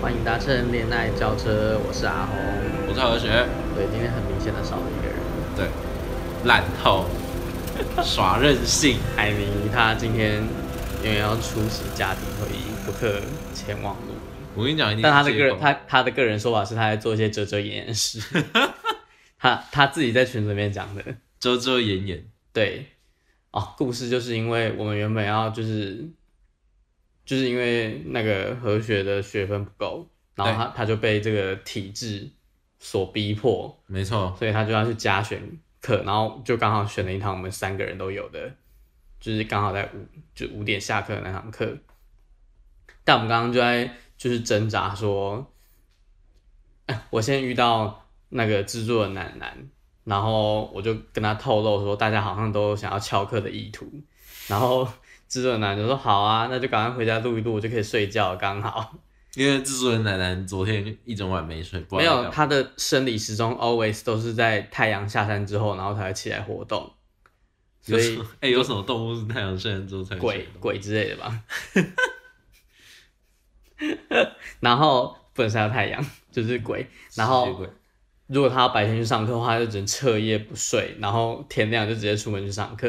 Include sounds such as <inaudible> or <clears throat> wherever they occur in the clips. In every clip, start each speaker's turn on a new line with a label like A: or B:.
A: 欢迎搭乘恋爱轿车，我是阿红。
B: 我是何学，
A: 对，今天很明显的少了一个人。
B: 对，烂透，耍任性，
A: 海明他今天因为要出席家庭会议，不可前往录音。
B: 我跟你讲，一定
A: 但他的
B: 是
A: 个人
B: 借口
A: 他他的个人说法是他在做一些遮遮掩掩的事， <laughs> 他他自己在群组里面讲的。
B: 遮遮掩掩，
A: 对，哦，故事就是因为我们原本要就是就是因为那个和学的学分不够，然后他他就被这个体制所逼迫，
B: 没错，
A: 所以他就要去加选课，然后就刚好选了一堂我们三个人都有的，就是刚好在五就五点下课的那堂课。但我们刚刚就在就是挣扎说，哎我先遇到那个制作的男男，然后我就跟他透露说，大家好像都想要翘课的意图，然后制作的男就说好啊，那就赶快回家录一录，我就可以睡觉了，刚好。
B: 因为制作人奶奶昨天一整晚没睡，不
A: 没
B: 知道
A: 有，
B: 在干嘛
A: 他的生理时钟 always 都是在太阳下山之后，然后才会起来活动，所
B: 有什
A: 以
B: <laughs> 么哎、有什么动物是太阳下山之后才
A: 鬼
B: 睡的？
A: 鬼之类的吧。 <laughs> 然后不能晒到太阳，就是鬼。然
B: 吸血
A: 后
B: 鬼
A: 如果他要白天去上课的话，他就只能彻夜不睡，然后天亮就直接出门去上课。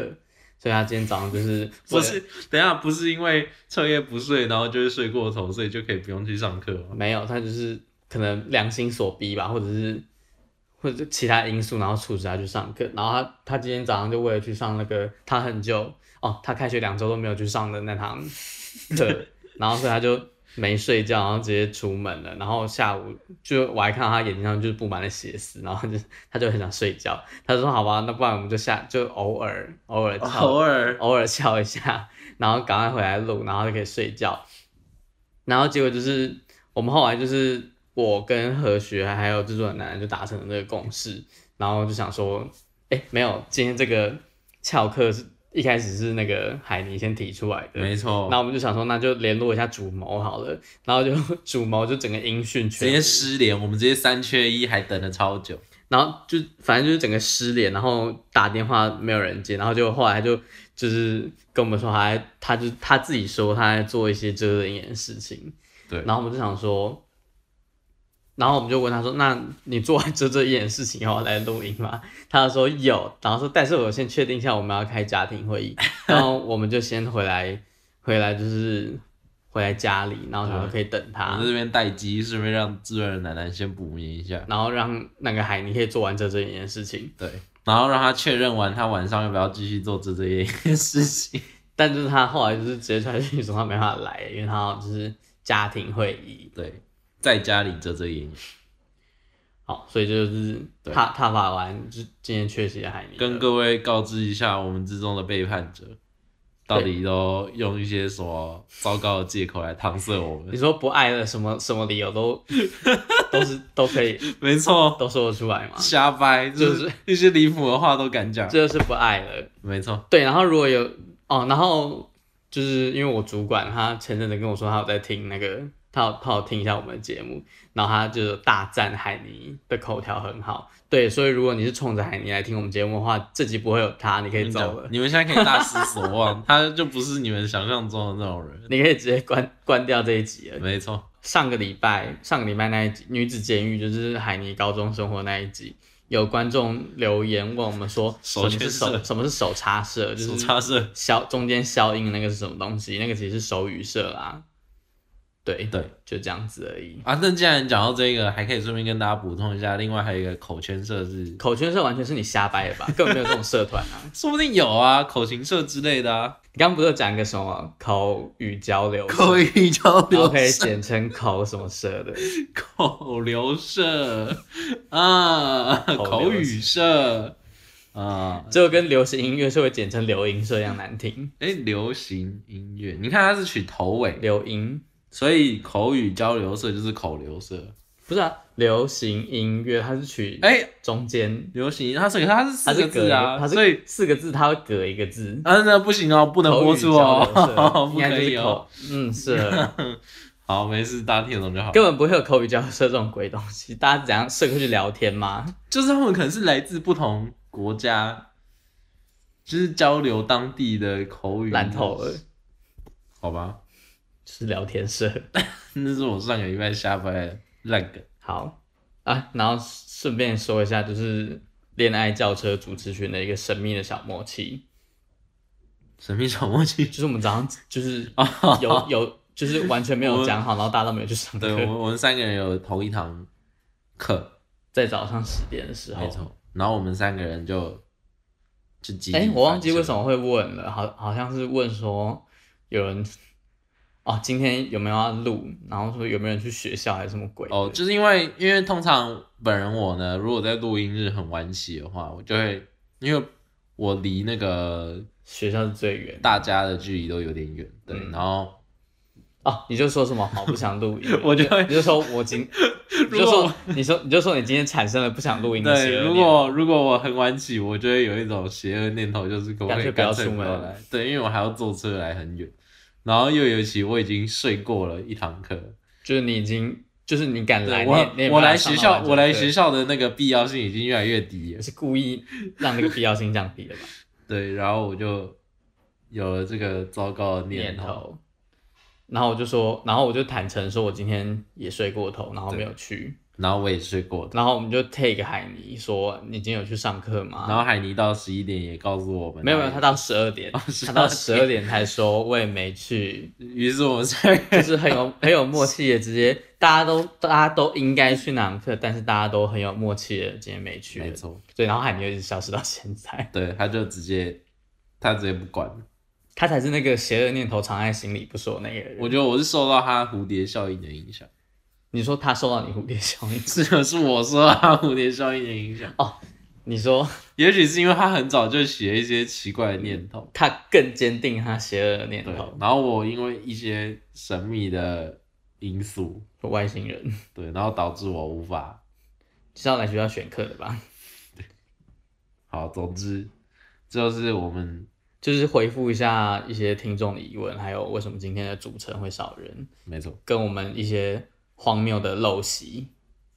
A: 所以他今天早上就是
B: 不是，等一下不是因为彻夜不睡，然后就会睡过头，所以就可以不用去上课吗？
A: 没有，他就是可能良心所逼吧，或者是或者是其他因素，然后促使他去上课。然后他他今天早上就为了去上那个他很久哦，他开学两周都没有去上的那堂课，然后所以他就没睡觉，然后直接出门了。然后下午就我还看到他眼睛上就是布满了血丝，然后就他就很想睡觉。他说好吧，那不然我们就下就偶尔偶尔翘
B: 偶尔
A: 偶尔笑一下， <laughs> 然后赶快回来录，然后就可以睡觉。然后结果就是我们后来就是我跟何学还有制作人楠楠就达成了这个共识，然后就想说，哎，没有，今天这个翘课是一开始是那个海尼先提出来的。
B: 没错，
A: 那我们就想说，那就联络一下主谋好了，然后就 <laughs> 主谋就整个音讯
B: 直
A: 全
B: 接失联，我们直接三缺一，还等了超久。
A: 然后就反正就是整个失联，然后打电话没有人接，然后就后来就就是跟我们说他在他就他自己说他在做一些遮遮掩掩的事情，
B: 对
A: 然后我们就想说，然后我们就问他说，那你做完遮遮掩掩的事情要来录音吗？他就说有，然后说但是我先确定一下我们要开家庭会议，然后我们就先回来回来就是回来家里，然后想说可以等他，
B: 我们这边待机，顺便让制作人奶奶先补眠一下。
A: 然后让那个海尼可以做完遮遮掩掩的事情。
B: 对，然后让他确认完他晚上要不要继续做这这一件事情。
A: 但就是他后来就是直接传讯息说他没办法来，因为他好像就是家庭会议，
B: <laughs> 对，在家里遮遮掩掩，
A: 好，所以就是
B: 对
A: 他他法完就今天缺席的海尼
B: 跟各位告知一下我们之中的背叛者，到底都用一些什么糟糕的借口来搪塞我
A: 你
B: 们。
A: 说不爱了什么什么理由都 <laughs> 都是都可以
B: 没错，
A: 都说得出来嘛，
B: 瞎掰，就
A: 就是
B: 一些离谱的话都敢讲。
A: 这就是不爱了。
B: 没错，
A: 对，然后如果有哦，然后就是因为我主管他前阵子跟我说他有在听那个，他有他有听一下我们的节目，然后他就大赞海尼的口条很好。对，所以如果你是冲着海尼来听我们节目的话，这集不会有他，你可
B: 可
A: 以走了。
B: 你们现在可以大失所望， <laughs> 他就不是你们想象中的那种人。
A: 你可以直接关关掉这一集了。
B: 没错，
A: 上个礼拜，上个礼拜那一集《女子监狱》就是海尼高中生活那一集，有观众留言问我们说，什
B: 手
A: 么
B: 牵
A: 是
B: 手
A: 手什么是手插社？就
B: 手
A: 是
B: 插社，
A: 消中间消音的那个是什么东西？那个其实是手语社啦。对
B: 对，
A: 就这样子而已。
B: 啊，那既然讲到这个，还可以顺便跟大家补充一下，另外还有一个口圈社是，
A: 口圈社完全是你瞎掰的吧？ <laughs> 根本没有这种社团啊！
B: 说不定有啊，口琴社之类的啊，
A: 你刚刚不是有讲一个什么口语交流社？
B: 语交
A: 然后可以简称口什么社的？
B: 啊口流社啊，
A: 口流社
B: 口语社啊，
A: 就跟流行音乐社会简称流音社一样难听。
B: 哎、流行音乐，你看它是取头尾，
A: 流音
B: 所以口语交流社就是口流社，
A: 不是啊，流行音乐它是取
B: 哎、
A: 中间，
B: 流行它是它是
A: 它
B: 四
A: 是
B: 个
A: 隔
B: 字啊，
A: 它
B: 所以
A: 是四个字，它会隔一个字。
B: 啊，那不行哦，不能
A: 口
B: <laughs> 播
A: 语
B: 出
A: 交流社
B: 哦， <laughs>
A: 应
B: 不
A: 该
B: 可
A: 就
B: 以
A: 是
B: 哦，
A: 口，嗯，是
B: 好，没事，大家听得懂就好。
A: 根本不会有口语交流社这种鬼东西。大家怎样社会去聊天吗？
B: 就是他们可能是来自不同国家，就是交流当地的口语。
A: 烂透了。
B: 好吧，
A: 是聊天社。
B: 那是我上个礼拜瞎掰的烂梗。
A: <laughs> 好啊，然后顺便说一下，就是恋爱轿车主持群的一个神秘的小默契，
B: 神秘小默契
A: 就，是我们早上
B: <laughs>
A: 就是
B: 啊
A: <laughs> 有有就是完全没有
B: <laughs>
A: 讲好，然后大家都没有去上
B: 对我们
A: 课，
B: 我们三个人有同一堂课，
A: 在早上十点的时候
B: 没。错。然后我们三个人就就集体
A: 哎、我忘记为什
B: 么
A: 么会问了，好好像是问说有人哦，今天有没有要录，然后说有没有人去学校还是什么鬼的
B: 哦，就是因为因为通常本人我呢，如果在录音日很晚起的话，我就会因为我离那个
A: 学校是最远
B: 大家的距离都有点远，对，
A: 嗯
B: 然后，
A: 哦，你就说什么好不想录音
B: <laughs>
A: <laughs>
B: 我就会
A: 你就说我今，你
B: <laughs> 如
A: 就
B: 果
A: 说你说你就说你今天产生了不想录音的邪
B: 对，
A: 恶
B: 如
A: 念
B: 果如果我很晚起，我就会有一种邪恶念头，就是可不可
A: 干
B: 以
A: 脆不要
B: 干脆
A: 出
B: 不
A: 门
B: 要来？对，因为我还要坐车来很远，然后又尤其我已经睡过了一堂课，
A: 就是你已经就是你敢来，
B: 对
A: 你也你也没
B: 我我
A: 办法
B: 来
A: 上
B: 学
A: 到
B: 校
A: 完整
B: 我来
A: 的
B: 学
A: 课
B: 校的那个必要性已经越来越低了
A: 你，是故意让那个必要性降低的吧？
B: 对，然后我就有了这个糟糕的
A: 念
B: <laughs> 念头，
A: 头。然后我就说，然后我就坦诚说，我今天也睡过头，然后没有去。
B: 然后我也睡过的，
A: 然后我们就 take 海尼说，你今天有去上课吗？
B: 然后哦海尼到十一点也告诉我们，
A: 啊没有没有，他，到十二点，
B: 12
A: 他到十二点才说我也没去，
B: <laughs> 于是我们三个
A: <laughs> 就
B: 人
A: 是很有很有默契的，直接大家都大家都应该去哪堂课，但是大家都很有默契的，今天没去。
B: <laughs> 没错，
A: 对，然后海尼就一直消失到现在，
B: 对，他就直接他直接不管了。
A: 他才是那个邪恶念头藏在心里不说那个人。
B: 我觉得我是受到他蝴蝶效应的影响，
A: 你说他受到你蝴蝶效应， <laughs>
B: 是是我受到他蝴蝶效应的影响，
A: 你说
B: 也许是因为他很早就写一些奇怪的念头，
A: 他更坚定他邪恶的念
B: 对
A: 头，，
B: 然后我因为一些神秘的因素，
A: 外星人
B: 对，然后导致我无法，
A: 是要来学校选课的吧？
B: 好，总之就是我们
A: 就是回复一下一些听众的疑问，还有为什么今天的主持人会少人，
B: 没错，
A: 跟我们一些荒谬的陋习，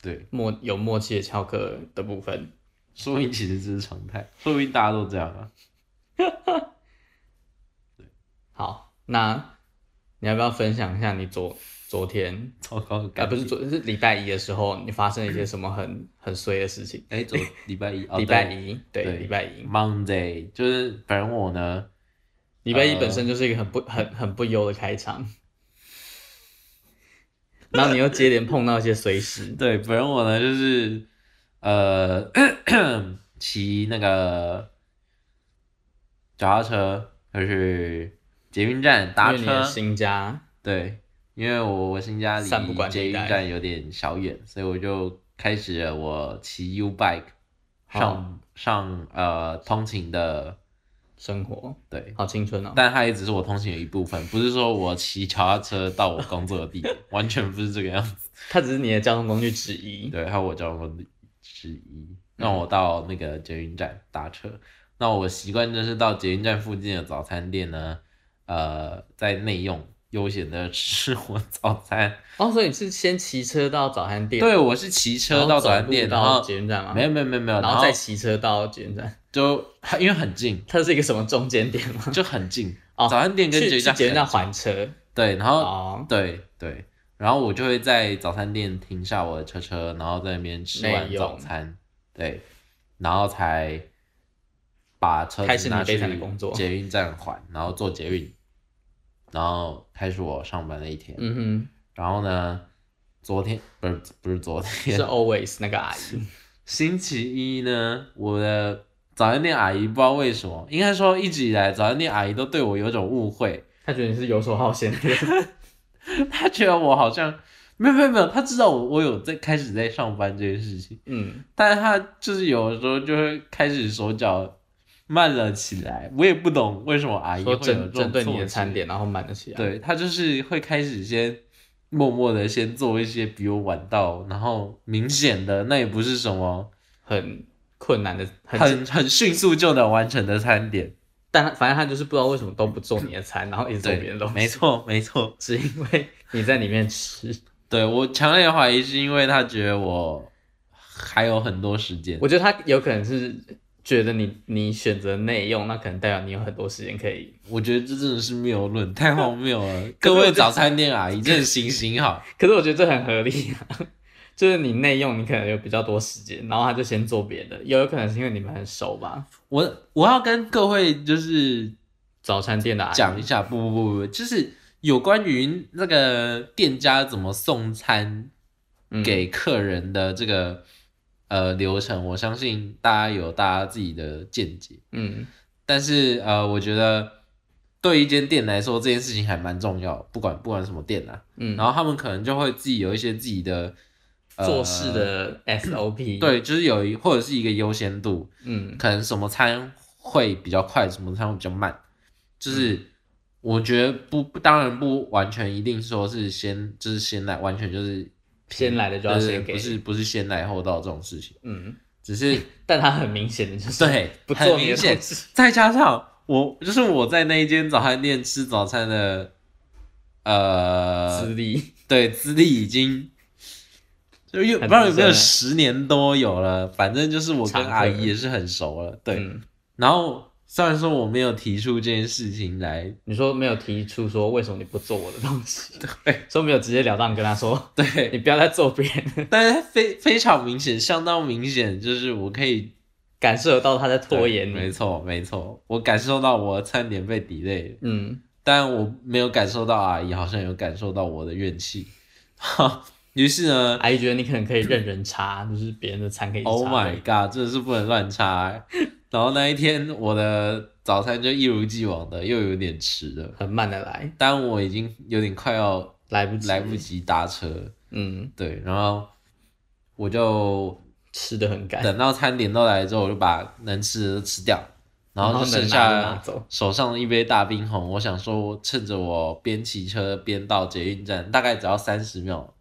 B: 对，
A: 默有默契的翘课的部分。
B: 说明其实这是常态，说明大家都这样啊，
A: 好，那你要不要分享一下你昨昨天
B: 糟糕的
A: 啊、
B: 感觉，
A: 不是昨是礼拜一的时候，你发生一些什么很
B: <coughs>
A: 很衰的事情？
B: 哎，昨礼拜 <laughs> 一，哦
A: 礼拜一，
B: 对呃
A: 对，礼拜一，
B: ，Monday，就是反正我呢。
A: 礼拜一本身就是一个很不很很不优的开场，然后你又接连碰到一些随
B: <laughs>
A: 时，
B: 对，本人我呢就是呃 <coughs> 骑那个脚踏车，就是捷运站
A: 因
B: 搭
A: 为你的
B: 车。
A: 新家
B: 对，因为我我新家离
A: 散步管理
B: 捷运
A: 带
B: 站有点小远，所以我就开始了我骑 U bike 上上呃通勤的
A: 生活
B: 对。
A: 好青春哦。
B: 但它也只是我通勤的一部分，不是说我骑脚踏车到我工作的地点，完全不是这个样子。
A: 它只是你的交通工具之一。
B: 对，还有我交通工具之一，让
A: 嗯
B: 我到那个捷运站搭车。那我习惯就是到捷运站附近的早餐店呢，呃，在内用悠闲的吃我早餐。
A: 哦，所以你是先骑车到早餐店，
B: 对，我是骑
A: 然
B: 车
A: 后
B: 到
A: 走
B: 早餐
A: 路
B: 店，然
A: 到
B: 后
A: 捷运站吗？
B: 没有没有没有没有，
A: 然
B: 然
A: 后再骑车到捷运站，
B: 就因为很近，
A: 它是一个什么中间点吗？
B: 就很近，
A: 哦
B: 早餐店跟
A: 去
B: 捷
A: 去
B: 运站
A: 捷运站
B: 很近
A: 还车
B: 对，然后
A: 哦，
B: 对对，然后我就会在早餐店停下我的车车，然后在那边吃
A: 内
B: 完早
A: 用
B: 餐，对，然后才把车
A: 开
B: 子
A: 始
B: 拿
A: 你悲
B: 去
A: 惨的工作
B: 捷运站还，然后坐捷运，然后开始我上班的一天。
A: 嗯
B: 然后呢，昨天不是不是昨
A: 哼，
B: 天，
A: 是啊 always 那个阿姨，
B: 星期一呢，我的早餐店阿姨不知道为什么，应该说一直以来早餐店阿姨都对我有种误会，
A: 她觉得你是游手好闲的人， <laughs>
B: <laughs> 他觉得我好像没有没有没有，他知道我我有在开始在上班这件事情，
A: 嗯，
B: 但是他就是有的时候就会开始手脚慢了起来，我也不懂为什么阿姨会
A: 嗯说
B: 有
A: 针针
B: 这种
A: 对你
B: 措
A: 的
B: 施
A: 餐，点，然后满得起来。
B: 对他就是会开始先默默的先做一些比我晚到，然后明显的那也不是什么
A: 很困难的，很，
B: 很很迅速就能完成的餐点，
A: 但他反正他就是不知道为什么都不做你的餐，然后一直做别
B: 对
A: 人的，东
B: 没
A: 西，
B: 错没错，
A: 是因为你在里面吃。
B: 对我强烈怀疑是因为他觉得我还有很多时间。
A: 我觉得他有可能是觉得你你选择内用，那可能代表你有很多时间可以。
B: 我觉得这真的是谬论，太荒谬了！各位早餐店阿姨，真的行行好，
A: 可是我觉得这很合理啊， <laughs> 就是你内用，你可能有比较多时间，然后他就先做别的，也有可能是因为你们很熟吧。
B: 我我要跟各位就是
A: 早餐店的阿姨
B: 讲一下，不不不不，就是有关于那个店家怎么送餐
A: 嗯
B: 给客人的这个、呃流程，我相信大家有大家自己的见解，
A: 嗯
B: 但是呃，我觉得对一间店来说，这件事情还蛮重要，不管不管什么店啦、
A: 嗯，
B: 然后他们可能就会自己有一些自己的、呃、
A: 做事的 SOP
B: 对，就是有一或者是一个优先度，
A: 嗯
B: 可能什么餐会比较快，什么餐会比较慢，
A: 嗯
B: 就是我觉得不，不当然不完全一定说是先就是先来，完全就是
A: 先来的就要先
B: 对
A: 给
B: 不是不是先来后到这种事情，
A: 嗯，<laughs>
B: 只是
A: 但他很明显的就是
B: 对
A: 不
B: 很
A: 做你
B: 明
A: 的
B: 显
A: 东西
B: 再加上我就是我在那一间早餐店吃早餐的，呃，
A: 资历，
B: 对资历已经。就有不知道有没有十年多有了，反正就是我跟
A: 常客
B: 阿姨也是很熟了，对，
A: 嗯，
B: 然后虽然说我没有提出这件事情
A: <laughs>
B: 来，
A: 你说没有提出说为什么你不做我的东
B: <laughs>
A: 西，对，说没有直截了当跟他说，
B: 对，
A: 你不要再做别人的，
B: 但是非非常明显，相当明显，就是我可以
A: 感受到他在拖延
B: 没
A: 你，
B: 错，没错，我感受到我餐点被 delay，了
A: 嗯
B: 但我没有感受到阿姨好像有感受到我的怨气， <laughs> 于是呢
A: 阿姨觉得你可能可以任人插，就是别人的餐可以插
B: ，Oh my god，真的是不能乱插欸、然后那一天我的早餐就一如既往的又有点迟了，
A: 很慢的来，
B: 但我已经有点快要
A: 来不及，
B: 来不，及搭车，
A: 嗯，
B: 对，然后我就
A: 吃的很赶，
B: 等到餐点都来之后，我就把能吃的都吃掉，然
A: 然
B: 后
A: 后
B: 就剩
A: 能拿就拿
B: 下
A: 走
B: 手上一杯大冰红。我想说，我趁着我边骑车边到捷运站，大概只要三十秒。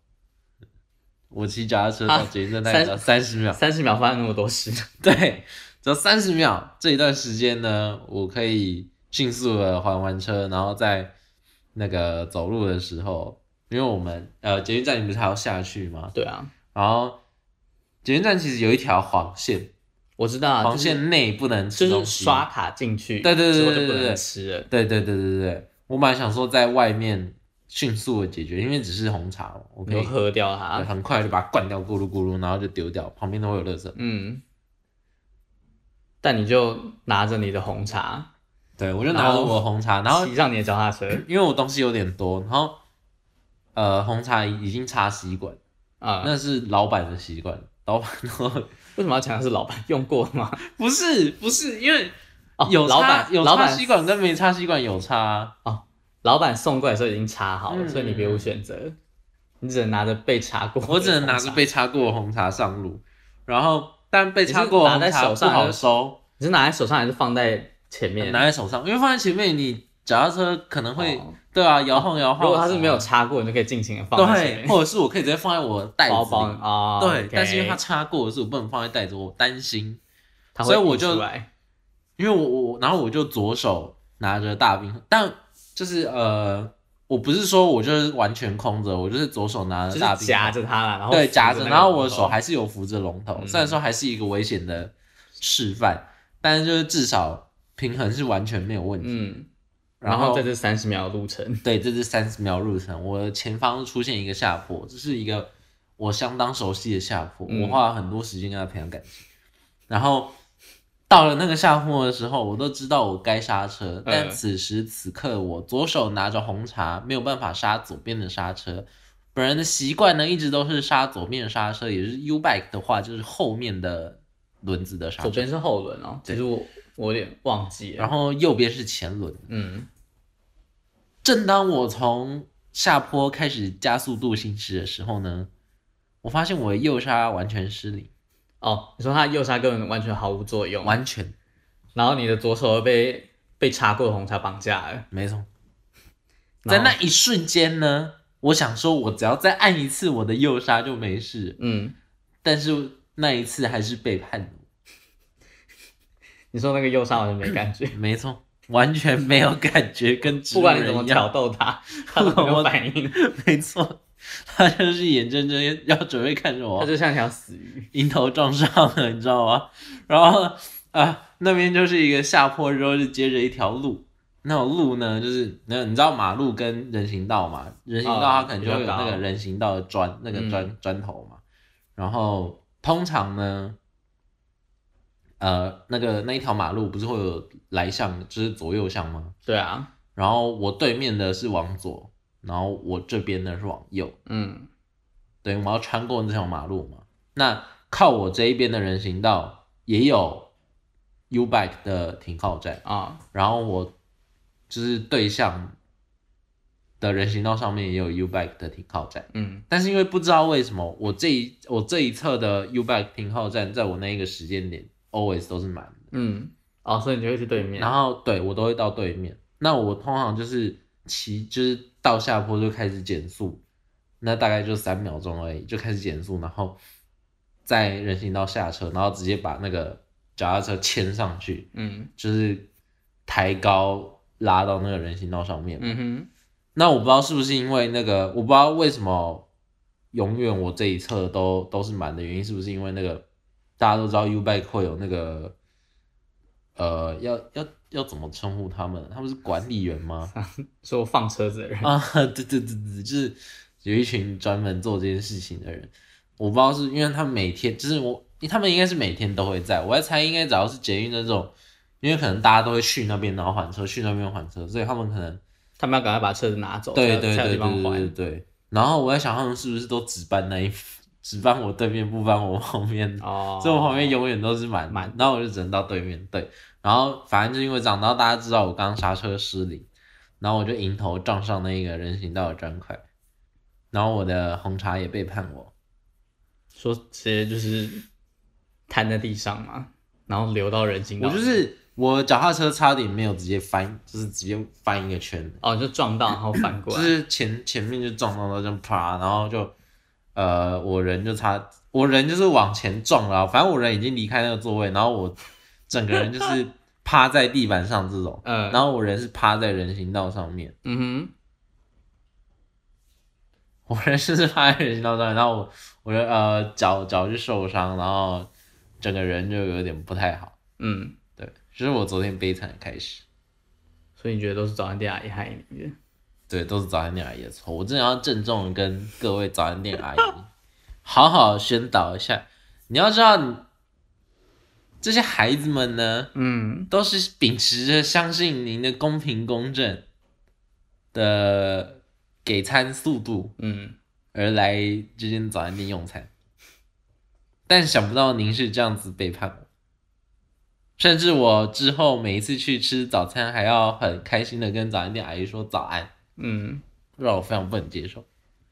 B: 我骑脚踏车到捷运站大概只要三十秒，
A: 啊三十秒发生那么多事，
B: <laughs> 对，只要三十秒。这一段时间呢，我可以迅速的还完车，然后在那个走路的时候，因为我们呃捷运站你不是还要下去吗？
A: 对啊，
B: 然后捷运站其实有一条黄线，
A: 我知道啊，
B: 黄
A: 就是
B: 线内不能吃
A: 就
B: 东
A: 是
B: 西。
A: 刷卡进去，
B: 对对对
A: 之后
B: 对
A: 就不
B: 对对
A: 能吃了，
B: 对对对对对，我本来想说在外面迅速的解决，因为只是红茶嘛，我
A: 你
B: 可
A: 就
B: 以
A: 喝掉
B: 对
A: 它，
B: 很快就把它灌掉，咕噜咕噜，然后就丢掉，旁边都会有垃圾。
A: 嗯，但你就拿着你的红茶，
B: 对，我就拿着我的红茶，然后
A: 骑上你的脚踏车，
B: 因为我东西有点多，然后呃红茶已经插吸管，
A: 啊、
B: 那是老板的习惯，老板都
A: 为什么要强调是老板用过
B: <laughs>
A: 吗？
B: 不是不是因为。
A: 哦
B: 有
A: 老
B: 插
A: 板
B: 有
A: 老
B: 插
A: 板
B: 吸管跟没插吸管有差啊、
A: 老板送过来的时候已经插好了，
B: 嗯
A: 所以你别无选择，你只能拿着被插过的红茶。
B: 我只能
A: <laughs>
B: 拿着被擦过的红茶上路，然后但被擦过的
A: 拿
B: 红
A: 在
B: 茶
A: 手
B: 不
A: 上还
B: 好
A: 是
B: 收，
A: 你是拿在手上还是放在前面？
B: 拿在手上，因为放在前面你脚踏车可能会、
A: 哦
B: 对啊摇晃摇晃。
A: 如果它是没有插过，你就可以尽情的放在前
B: 对，
A: 面。
B: 或者是我可以直接放在我的袋子
A: 包
B: 里。
A: 包啊，
B: 对
A: OK
B: 但是因为它擦过的是我不能放在袋子，我担心，
A: 它
B: 所以我
A: 会溢
B: 就
A: 出来
B: 因为我我然后我就左手拿着大冰，但就是呃，我不是说我就是完全空着，我就是左手拿
A: 就
B: 着
A: 是
B: 大冰，
A: 夹着它啦，然后
B: 对，
A: 扶
B: 夹
A: 那
B: 着，
A: 个
B: 然后我
A: 龙
B: 的
A: 头
B: 手还是有扶着龙头，
A: 嗯
B: 虽然说还是一个危险的示范，但是就是至少平衡是完全没有问题。
A: 嗯，
B: 然
A: 然
B: 后
A: 后在这三十秒的路
B: <laughs>
A: 程，
B: 对，这是三十秒路程，我的前方出现一个下坡，这是一个我相当熟悉的下坡，
A: 嗯
B: 我花了很多时间跟他培养感情。然后到了那个下坡的时候，我都知道我该刹车，
A: 嗯
B: 但此时此刻我左手拿着红茶，没有办法刹左边的刹车。本人的习惯呢，一直都是刹左边的刹车，也就是 U bike 的话，就是后面的轮子的刹
A: 左
B: 车，
A: 边是后轮哦，其
B: 对
A: 实我我有点忘记了，
B: 然后右边是前轮。
A: 嗯，
B: 正当我从下坡开始加速度行驶的时候呢，我发现我的右刹完全失灵，
A: 哦，你说它右刹根本完全毫无作用，
B: 完全
A: 然后你的左手又被被插过的红茶绑架了，
B: 没错。
A: 然
B: 在
A: 后
B: 那一瞬间呢，我想说，我只要再按一次我的右刹就没事，
A: 嗯，
B: 但是那一次还是背叛了
A: 你说那个右刹完全没感
B: <clears throat>
A: 觉
B: 我，，没错，完全没有感觉，跟植
A: 不
B: 物
A: 管你怎么
B: 人一样，
A: 挑逗
B: <laughs>
A: 它，它都没有反应，
B: 没错， <laughs> 他就是眼睁睁要准备看着我
A: 它就像条死鱼。
B: <laughs> 迎头撞上了，你知道吗？然后啊，那边就是一个下坡之后是接着一条路，那种路呢，就是那你知道马路跟人行道嘛，人行道它可能就会有那
A: 啊比较
B: 个
A: 高嗯
B: 人行道的砖，那个砖、砖头嘛。然后通常呢，呃，那个那一条马路不是会有来向，就是左右向吗？
A: 对啊，
B: 然后我对面的是往左，然后我这边呢是往右，
A: 嗯，
B: 等于我要穿过那条马路嘛。那靠我这一边的人行道也有 U bike 的停靠站，
A: 啊，
B: 然后我就是对向的人行道上面也有 U bike 的停靠站，
A: 嗯，
B: 但是因为不知道为什么我这一我这一侧的 U bike 停靠站在我那一个时间点 always 都是满的，
A: 嗯，哦，所以你就会去对面，
B: 然后对我都会到对面。那我通常就是骑，就是到下坡就开始减速，那大概就三秒钟而已，就开始减速，然后在人行道下车，然后直接把那个脚踏车牵上去，
A: 嗯
B: 就是抬高拉到那个人行道上面。
A: 嗯哼，
B: 那我不知道是不是因为那个，我不知道为什么永远我这一侧都都是满的原因，是不是因为那个大家都知道 U bike 会有那个呃，要要要怎么称呼他们？他们是管理员吗？
A: 说放车子的人，
B: 啊，对对对对，就是有一群专门做这件事情的人。我不知道是因为他们每天，就是我，他们应该是每天都会在。我在猜，应该只要是捷运那种，因为可能大家都会去那边，然后还车，去那边还车，所以他们可能
A: 他们要赶快把车子拿走，
B: 对
A: 才有
B: 对
A: 才有
B: 对
A: 地方
B: 对对
A: 还，
B: 对。然后我在想，他们是不是都只搬那一， <laughs> 只搬我对面，不搬我旁边的，
A: 哦，
B: 所以我旁边永远都是满
A: 满。
B: 然后我就只能到对面对。然后反正就因为这样，然后大家知道我刚刚刹车失灵，然后我就迎头撞上那个人行道的砖块，然后我的红茶也背叛我。
A: 说直接就是瘫在地上嘛，然后流到人行道，
B: 我就是我脚踏车差点没有直接翻，就是直接翻一个圈，
A: 哦，就撞到然后翻过
B: 就
A: 来，
B: 是前前面就撞到了，就啪，然后就呃，我人就差，我人就是往前撞了，反正我人已经离开那个座位，然后我整个人就是趴在地板上这种，
A: 嗯
B: 然后我人是趴在人行道上面，
A: 嗯
B: 我人是趴在人行道上面，然后我我的呃脚脚就受伤，然后整个人就有点不太好，
A: 哼，嗯，
B: 对，这是我昨天悲惨的开始。
A: 所以你觉得都是早餐店阿姨害你的？
B: 对，都是早餐店阿姨的错。我真的要郑重的跟各位早餐店阿姨好好宣导一下。你要知道，你这些孩子们呢，
A: 嗯，
B: 都是秉持着相信您的公平公正的给餐速度
A: 嗯，
B: 而来这间早餐店用餐，但想不到您是这样子背叛我。甚至我之后每一次去吃早餐，还要很开心的跟早餐店阿姨说早安。
A: 嗯，
B: 让我非常不能接受。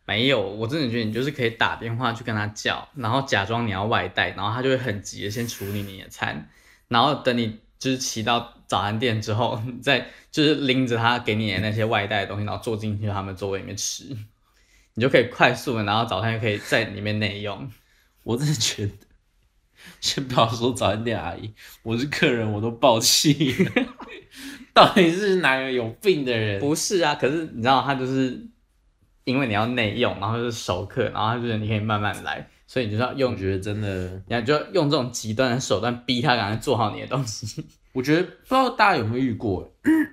A: 没有，我真的觉得你就是可以打电话去跟他叫，然后假装你要外带，然后他就会很急的先处理你的餐，然后等你就是骑到早餐店之后， <laughs> 你再就是拎着他给你的那些外带的东西，然后坐进去他们座位里面吃，你就可以快速的，然后早餐就可以在里面内用。
B: 我真的觉得，先不要说早餐店阿姨，我是客人我都爆气了。 <laughs> 到底是哪个有病的
A: <laughs>
B: 人？
A: 不是啊，可是你知道他就是因为你要内用，然后就是熟客，然后他就是你可以慢慢来，所以你就要
B: 我
A: 用，
B: 觉得真的，
A: 你就要用这种极端的手段逼他赶快做好你的东西。 <laughs>
B: 我觉得不知道大家有没有遇过、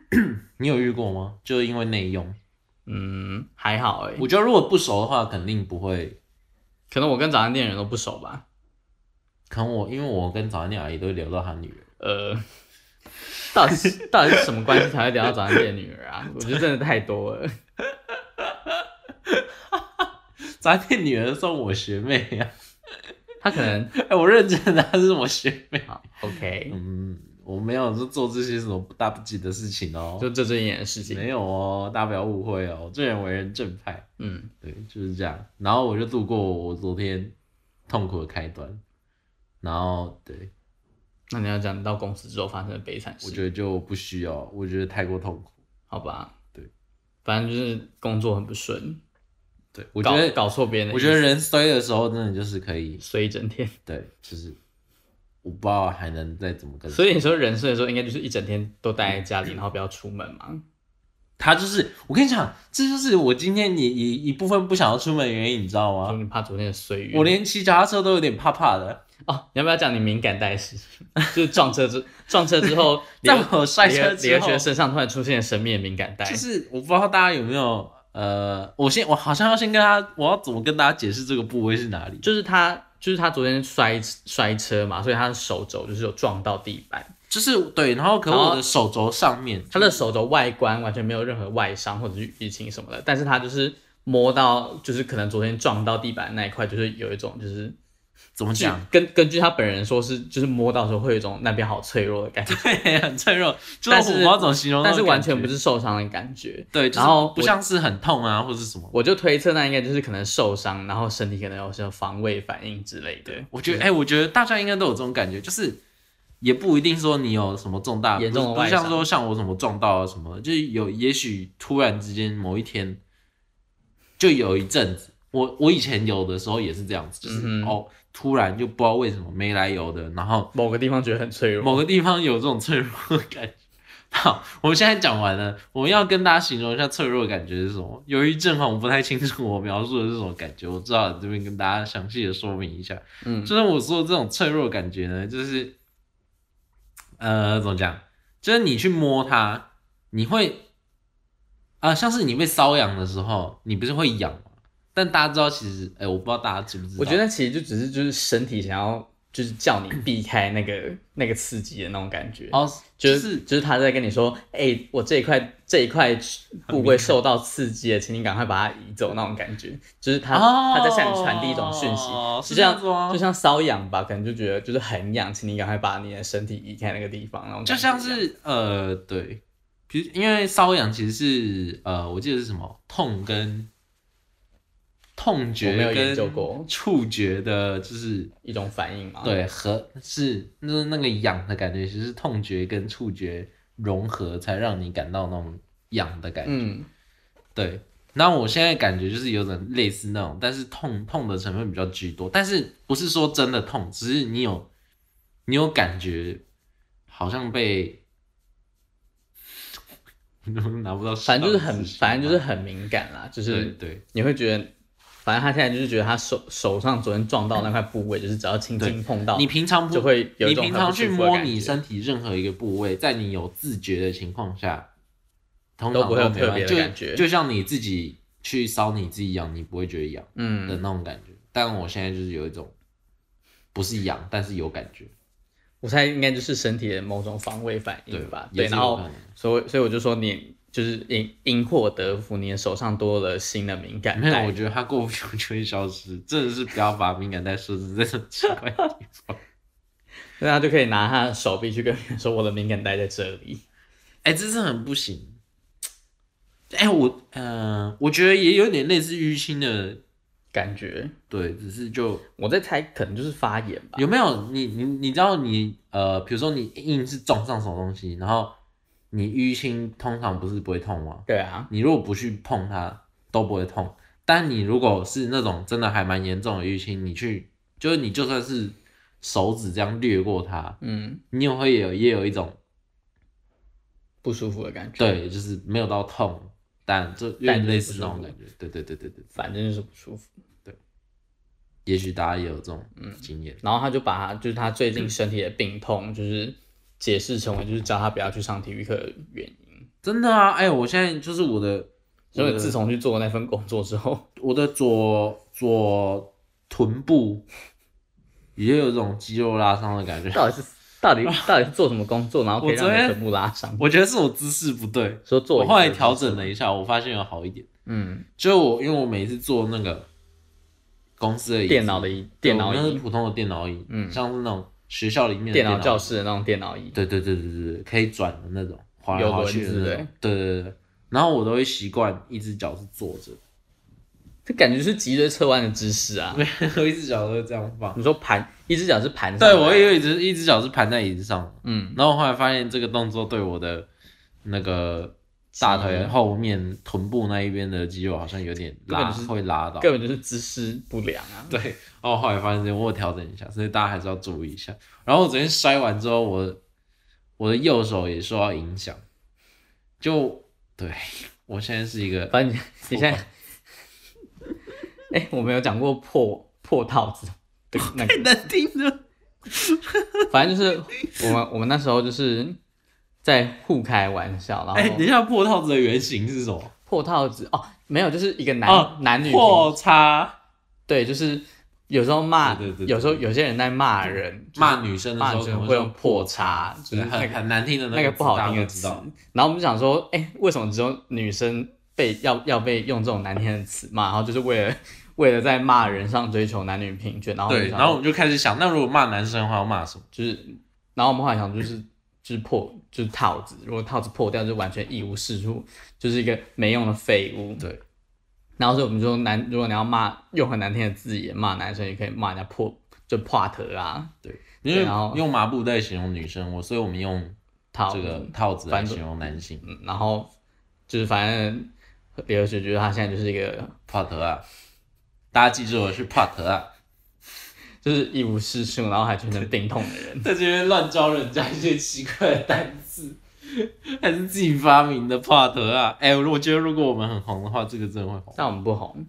B: <clears throat> 你有遇过吗？就是因为内用，
A: 嗯，还好哎、
B: 我觉得如果不熟的话，肯定不会。
A: 可能我跟早餐店的人都不熟吧。
B: 可能我因为我跟早餐店阿姨都会聊到她女儿，
A: 呃， <laughs> 到底是 <laughs> 到底是什么关系才会聊到早餐店的女儿啊？我觉得真的太多了。
B: 早餐店女儿算我学妹呀、
A: 他可能
B: 啊，哎，我认真的，她是我学妹。
A: 好 OK，
B: 嗯，我没有说做这些什么不大不记的事情哦，
A: 就这尊严的事
B: 没
A: 情。
B: 有哦，大家不要误会哦，我这人为人正派，
A: 嗯，
B: 对，就是这样。然后我就度过我昨天痛苦的开端，然后对
A: 那你要讲你到公司之后发生的悲惨
B: 我
A: 事，
B: 觉得就不需要，我觉得太过痛苦。
A: 好吧？
B: 对，
A: 反正就是工作很不顺，
B: 对我
A: 搞
B: 觉得，
A: 搞错别人的意
B: 我
A: 思，
B: 觉得人衰的时候真的就是可以，
A: 所以一整天。
B: 对，就是我不知道还能再怎么跟。
A: 所以你说人睡的时候，应该就是一整天都待在家里，然后不要出门嘛。
B: 他就是我跟你讲，这就是我今天也也一部分不想要出门的原因，你知道
A: 说
B: 吗？
A: 你怕昨天的岁月，
B: 我连骑脚踏车都有点怕怕的。
A: 哦，你要不要讲你敏感带事？ <laughs> 就是撞车之撞车之后，李
B: <laughs> 在
A: 和
B: 我摔
A: 李
B: 车
A: 和李
B: 之
A: 和
B: 后，
A: 学身上突然出现神秘的敏感带，
B: 就是我不知道大家有没有呃，我先我好像要先跟他，我要怎么跟大家解释这个部位是哪里？
A: 就是他就是他昨天摔摔车嘛，所以他的手肘就是有撞到地板，
B: 就是对，然后可能
A: 然后
B: 我的手肘上面，
A: 他的手肘外观完全没有任何外伤或者是淤青什么的，但是他就是摸到就是可能昨天撞到地板那一块，就是有一种就是
B: 怎么
A: 据
B: 讲？
A: 根根据他本人说是就是摸到的时候会有一种那边好脆弱的感觉，
B: 对， <laughs> 很脆弱，就
A: 但
B: 是
A: 是
B: 我不知道怎么形容那
A: 但
B: 种感觉，
A: 是完全不是受伤的感觉。
B: 对，就是
A: 然后
B: 不
A: 我
B: 像是很痛啊，或者是什么。
A: 我就推测那应该就是可能受伤，然后身体可能有些防卫反应之类的。
B: 我觉得，哎、我觉得大家应该都有这种感觉，就是也不一定说你有什么重大
A: 严重的
B: 不是不是
A: 外
B: 像
A: 伤
B: 说像我什么撞到啊什么，就是有也许突然之间某一天，就有一阵子，我我以前有的时候也是这样子，就是、
A: 嗯哼
B: 哦，突然就不知道为什么没来由的，然后
A: 某个地方觉得很脆弱，
B: 某个地方有这种脆弱的感觉。 <laughs> 好，我们现在讲完了，我们要跟大家形容一下脆弱的感觉是什么。由于正好我不太清楚我描述的是什么感觉，我只好这边跟大家详细的说明一下。
A: 嗯
B: 就是我说的这种脆弱的感觉呢，就是，呃，怎么讲？就是你去摸它，你会啊、像是你被瘙痒的时候，你不是会痒吗？但大家知道，其实，哎、我不知道大家知不知道，
A: 我觉得其实就只是就是身体想要就是叫你避开那个那个刺激的那种感觉，
B: 哦，
A: 就
B: 就是是
A: 就是他在跟你说，哎、我这一块这一块部位受到刺激了，请你赶快把它移走那种感觉，就是他、
B: 哦
A: 他在向你传递一种讯息，就像
B: 是这样子吗
A: 就像瘙痒吧，可能就觉得就是很痒，请你赶快把你的身体移开那个地方，那种
B: 就
A: 感觉
B: 像
A: 一样
B: 是呃，对，比如因为瘙痒其实是呃，我记得是什么痛跟痛觉
A: 我没有研究过
B: 跟触觉的，就是
A: 一种反应嘛，，
B: 对和是那那个痒的感觉，其实是痛觉跟触觉融合才让你感到那种痒的感觉。
A: 嗯，
B: 对，那我现在感觉就是有点类似那种，但是痛痛的成分比较居多，但是不是说真的痛，只是你有你有感觉，好像被， <laughs> 拿不到，
A: 反正就是很反正就是很敏感啦，就
B: 对
A: 是
B: 对
A: 你会觉得。反正他现在就是觉得他手手上昨天撞到那块部位，就是只要轻轻碰到，
B: 你平常不
A: 就会有一
B: 你
A: 种
B: 平
A: 很
B: 常
A: 不舒
B: 去
A: 服的
B: 摸
A: 感
B: 你
A: 觉
B: 身体任何一个部位，在你有自觉的情况下，通
A: 都
B: 常
A: 不会有
B: 没
A: 特
B: 办法
A: 别的
B: 就
A: 感觉
B: 就像你自己去搔你自己痒，你不会觉得痒。
A: 嗯
B: 的那种感觉。但我现在就是有一种不是痒，但是有感觉。
A: 我猜应该就是身体的某种防卫反应吧。
B: 对
A: 对，
B: 也是
A: 然
B: 有
A: 后
B: 可能
A: 所以所以我就说你就是因因祸得福，你的手上多了新的敏感
B: 没有，我
A: 带。
B: 觉得它过不久就会消失，真的是不要把敏感带设置在这种奇怪的地方。
A: 那啊他就可以拿他的手臂去跟别人说我的敏感带在这里。
B: <laughs> 哎、这是很不行。哎、我呃，我觉得也有点类似淤青的，
A: 感觉
B: 对，只是就
A: 我在猜，可能就是发炎吧。
B: 有没有你你你知道你呃，比如说你硬是撞上什么东西，然后你淤青通常不是不会痛吗？
A: 对啊，
B: 你如果不去碰它都不会痛，但你如果是那种真的还蛮严重的淤青，你去就是你就算是手指这样掠过它，
A: 嗯，
B: 你也会有也有一种
A: 不舒服的感觉。，
B: 对，就是没有到痛，但就有点类似那种感觉。对对对对对，
A: 反正就是不舒服。
B: 也许大家也有这种经验。
A: 然后他就把他就是他最近身体的病痛，就是解释成为就是叫他不要去上体育课的原因。
B: 真的啊，哎、我现在就是我的
A: 所以自从去做那份工作之后，
B: 我的左左臀部也有一种肌肉拉伤的感觉。
A: 到底是到底到底是做什么工作，然后可以让
B: 我昨天
A: 你全部拉 <laughs> 伤？
B: 我觉得是我姿势不对，
A: 说做
B: 我后来调
A: 整，
B: 整了一下，我发现有好一点。
A: 嗯，
B: 就我因为我每次坐那个公司的椅子
A: 电脑的椅，
B: 对
A: 电脑
B: 我那是
A: 椅，
B: 普通的电脑椅，
A: 嗯
B: 像是那种学校里面的
A: 电脑
B: 椅
A: 教，室的那种电脑椅，
B: 对对对对对对，可以转的那种，滑来
A: 有
B: 滑
A: 轮
B: 去的
A: 子
B: 那
A: 的
B: 种，对对对对。然后我都会习惯一只脚是坐着，
A: 这感觉是脊椎侧弯的姿势啊。
B: 没 <laughs> 有一只脚都是这样放。
A: 你说盘，一只脚是盘上
B: 对，
A: 的，
B: 我也有一只一只脚是盘在椅子上的，
A: 嗯，
B: 然后我后来发现这个动作对我的那个大腿后面臀部那一边的肌肉好像有点
A: 根
B: 拉，
A: 本就是
B: 会拉到。
A: 根本就是姿势不良啊。
B: <laughs> 对，然后后来发现我有调整一下，所以大家还是要注意一下。然后我昨天摔完之后，我我的右手也受到影响，就对我现在是一个
A: 反正你 <laughs> 你现在， <laughs> 哎、我没有讲过破破套子，对，那个
B: 难听的，
A: 反正就是我们我们那时候就是在互开玩笑，然
B: 哎、等一
A: 后
B: 下，破套子的原型是什么？
A: 破套子哦，没有，就是一个男、
B: 哦
A: 男女平
B: 破叉
A: 对，就是有时候骂，
B: 对对对对
A: 有时候有些人在骂人，就是
B: 骂女生的
A: 骂
B: 时候
A: 女
B: 可
A: 生会
B: 能会
A: 用
B: 用
A: 破叉，就
B: 就是是
A: 那
B: 很
A: 个
B: 很难听的
A: 那个
B: 个
A: 不好
B: 大家
A: 听的
B: 都知
A: 词
B: 道。。
A: 然后我们就想说，哎、为什么只有女生被要要被用这种难听的词骂？然后就是为了为了在骂人上追求男女平权，然后我们
B: 对，
A: 想
B: 然后我们就开始想，那如果骂男生的话，要骂什么？
A: 就是，然后我们后来想就是就是破就是套子，如果套子破掉就完全一无是处，就是一个没用的废物。
B: 对，
A: 然后所以我们就说男，如果你要骂用很难听的字眼骂男生，也可以骂人家破就破头啊，
B: 对，因为
A: 然后
B: 用麻布袋形容女生，我所以我们用
A: 套
B: 这
A: 子
B: 个套子来
A: 反正
B: 形容男性。
A: 嗯然后就是反正刘雪觉得他现在就是一个
B: 帕特啊，大家记住我是帕特啊，
A: 就是一无是处，然后还全身病痛的人。
B: 在这边乱教人家一些奇怪的单词，还是自己发明的帕特啊。哎、我觉得如果我们很红的话，这个真的会红。
A: 但我们不红，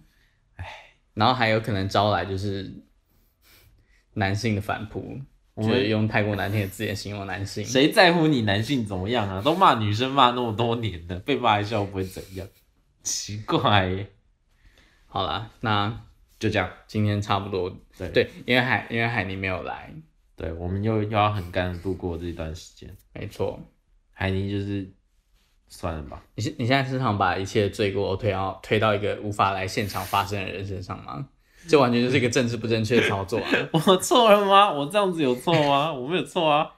A: 唉，然后还有可能招来就是男性的反扑，
B: 我
A: 就
B: 们
A: 是用太过难听的字眼形容男性。
B: 谁在乎你男性怎么样啊？都骂女生骂那么多年了，被骂一下又不会怎样，奇怪耶、
A: 好啦，那
B: 就这样。
A: 今天差不多，
B: 对
A: 对，因为海因为海尼没有来，
B: 对，我们又又要很干地度过这段时间。
A: 没错。
B: 海尼就是算了吧， <laughs>
A: 你现你现在是想把一切的罪过推到推到一个无法来现场发生的人身上吗？这完全就是一个政治不正确的操作啊！
B: 我错了吗？我这样子有错吗？我没有错啊。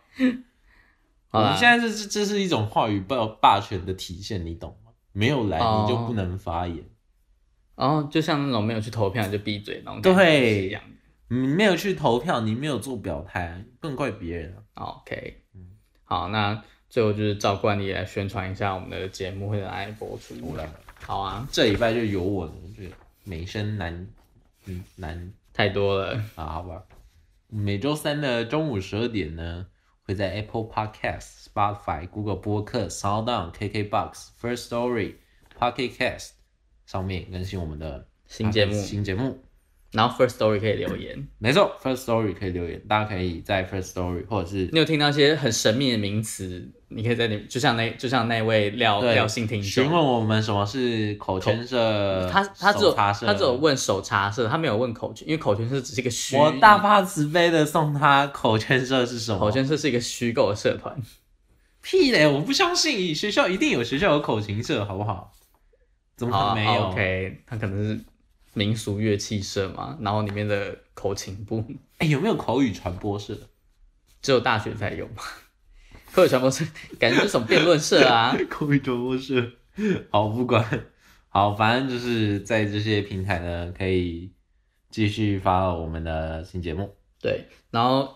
B: <laughs> 我
A: 好啦
B: 们现在这是这是一种话语霸霸权的体现，你懂吗？没有来
A: 哦
B: 你就不能发言，
A: 然后就像那种没有去投票你就闭嘴那种感觉是一
B: 对
A: 样的。，
B: 你没有去投票，你没有做表态，不能怪别人啊。
A: OK，好，那最后就是照惯例来宣传一下我们的节目会在哪里播出。好啊，
B: 这礼拜就由我了，这个美声男，嗯，男
A: 太多了，
B: 啊，好吧。每周三的中午十二点呢，会在 Apple Podcast、Spotify、Google 播客、SoundOn、KKBox、First Story、Pocket Cast 上面更新我们的
A: 新节目
B: podcast 新节目，
A: 然后 First Story 可以留言。
B: 没错，First Story 可以留言，大家可以在 First Story 或者是
A: 你有听到一些很神秘的名词，你可以在里面，就像那就像那位廖
B: 对
A: 廖姓听
B: 询
A: 众，
B: 问我们什么是口圈社，
A: 他他只有
B: 手擦社
A: 他只有问手茶社，他没有问口诀，因为口诀社只是一个虚，
B: 我大发慈悲的送他口圈社是什么？
A: 口诀社是一个虚构的社团，
B: 屁嘞！我不相信，学校一定有学校有口琴社，好不好？怎么
A: 好啊
B: 可能没有？
A: OK，他可能是民俗乐器社嘛，然后里面的口琴部
B: 哎、有没有口语传播社？
A: 只有大学才有嘛，口语传播社感觉就是什么辩论社啊，
B: <laughs> 口语传播社，好不管，好，反正就是在这些平台呢，可以继续发我们的新节目。
A: 对，然后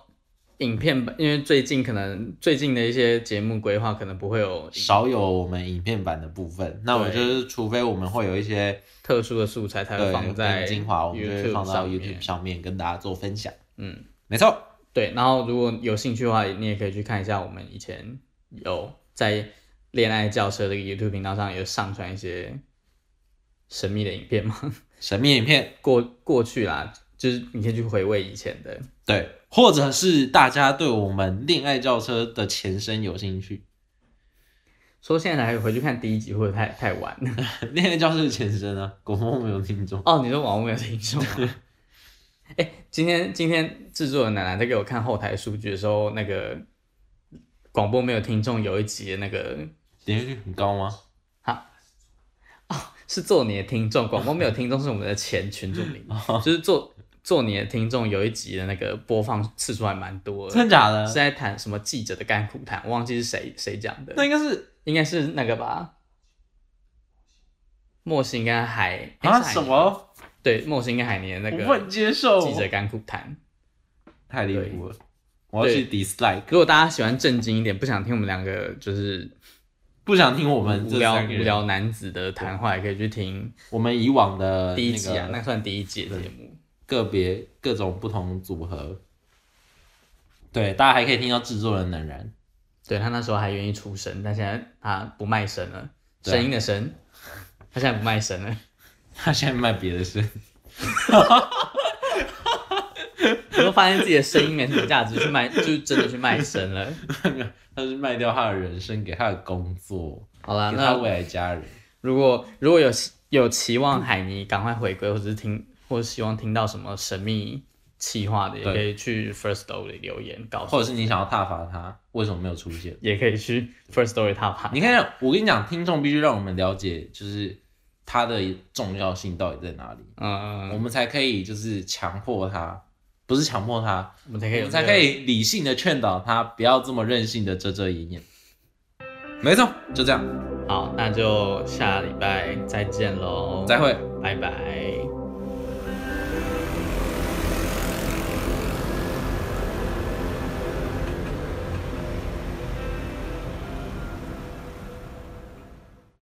A: 影片版，因为最近可能最近的一些节目规划可能不会有
B: 少有我们影片版的部分，那我
A: 对
B: 就是除非我们会有一些
A: 特殊的素材，才会
B: 对
A: 放在
B: 跟精华，我们就会
A: YouTube
B: 放到
A: 上
B: 呃 YouTube
A: 面。
B: 上面跟大家做分享。
A: 嗯，
B: 没错，
A: 对，然后如果有兴趣的话，你也可以去看一下我们以前有在恋爱教车这个 YouTube 频道上有上传一些神秘的影片嘛，
B: 神秘影片。
A: 过过去啦，就是你可以去回味以前的。
B: 对，或者是大家对我们恋爱轿车的前身有兴趣， <laughs>
A: 说现在还回去看第一集会不会太太晚了？
B: 恋爱轿车的前身啊，国风没有听众，
A: 哦，你说网络没有听众啊？
B: <laughs>
A: 哎、今天今天制作人奶奶在给我看后台数据的时候，那个广播没有听众有一集的那个
B: 点击率很高吗？
A: 是做你的听众，广播没有听众是我们的前群主
B: <laughs>
A: 名，
B: 哦
A: 就是做做你的听众有一集的那个播放次数还蛮多的，
B: 真的假
A: 是
B: 的？
A: 在谈什么记者的甘苦谈，我忘记是谁谁讲的
B: 那，应该是
A: 应该是那个吧。莫西跟海诶
B: 啊
A: 是海
B: 什
A: 尼吗
B: 么？
A: 对，莫西跟海哎年那
B: 我
A: 个
B: 不能哦接受，
A: 记者甘苦谈。
B: 太离谱了，我要去 dislike，
A: 如果大家喜欢正经一点，不想听我们两个就是
B: 不想听我们
A: 无
B: 这
A: 聊
B: 三个
A: 无
B: 人，
A: 聊男子的谈话，也可以去听
B: 我们以往的
A: 第一
B: 那
A: 集啊，那
B: 个
A: 算第一集的节目。
B: 个别各种不同组合。对，大家还可以听到制作人冷然，
A: 对他那时候还愿意出声，但现在他不卖身了，
B: 对啊
A: 声音的
B: <laughs>
A: 声，他现在不卖身了。
B: 他现在卖别的事。
A: 你会发现自己的声音没什么价值，去卖就是真的去卖身了。
B: <laughs> 他是卖掉他的人生给他的工作，
A: 好啦，
B: 给他
A: 啊那
B: 未来家人。
A: 如果如果有有期望海尼赶快回归，或者是听，或者希望听到什么神秘企划的，也
B: 对
A: 可以去 First Story 留言告诉
B: 或
A: 我，
B: 者是你想要挞伐他，为什么没有出现？
A: 也可以去 First Story 踏爬。
B: 你看，我跟你讲，听众必须让我们了解，就是它的重要性到底在哪里，我
A: 嗯，
B: 们才可以就是强迫他，不是强迫他，
A: 我们才可以有
B: 我们
A: 这
B: 才
A: 个
B: 可以理性的劝导他不要这么任性的遮遮掩掩。没错，就这样，
A: 好，那就下礼拜再见喽，
B: 再会。
A: 拜拜。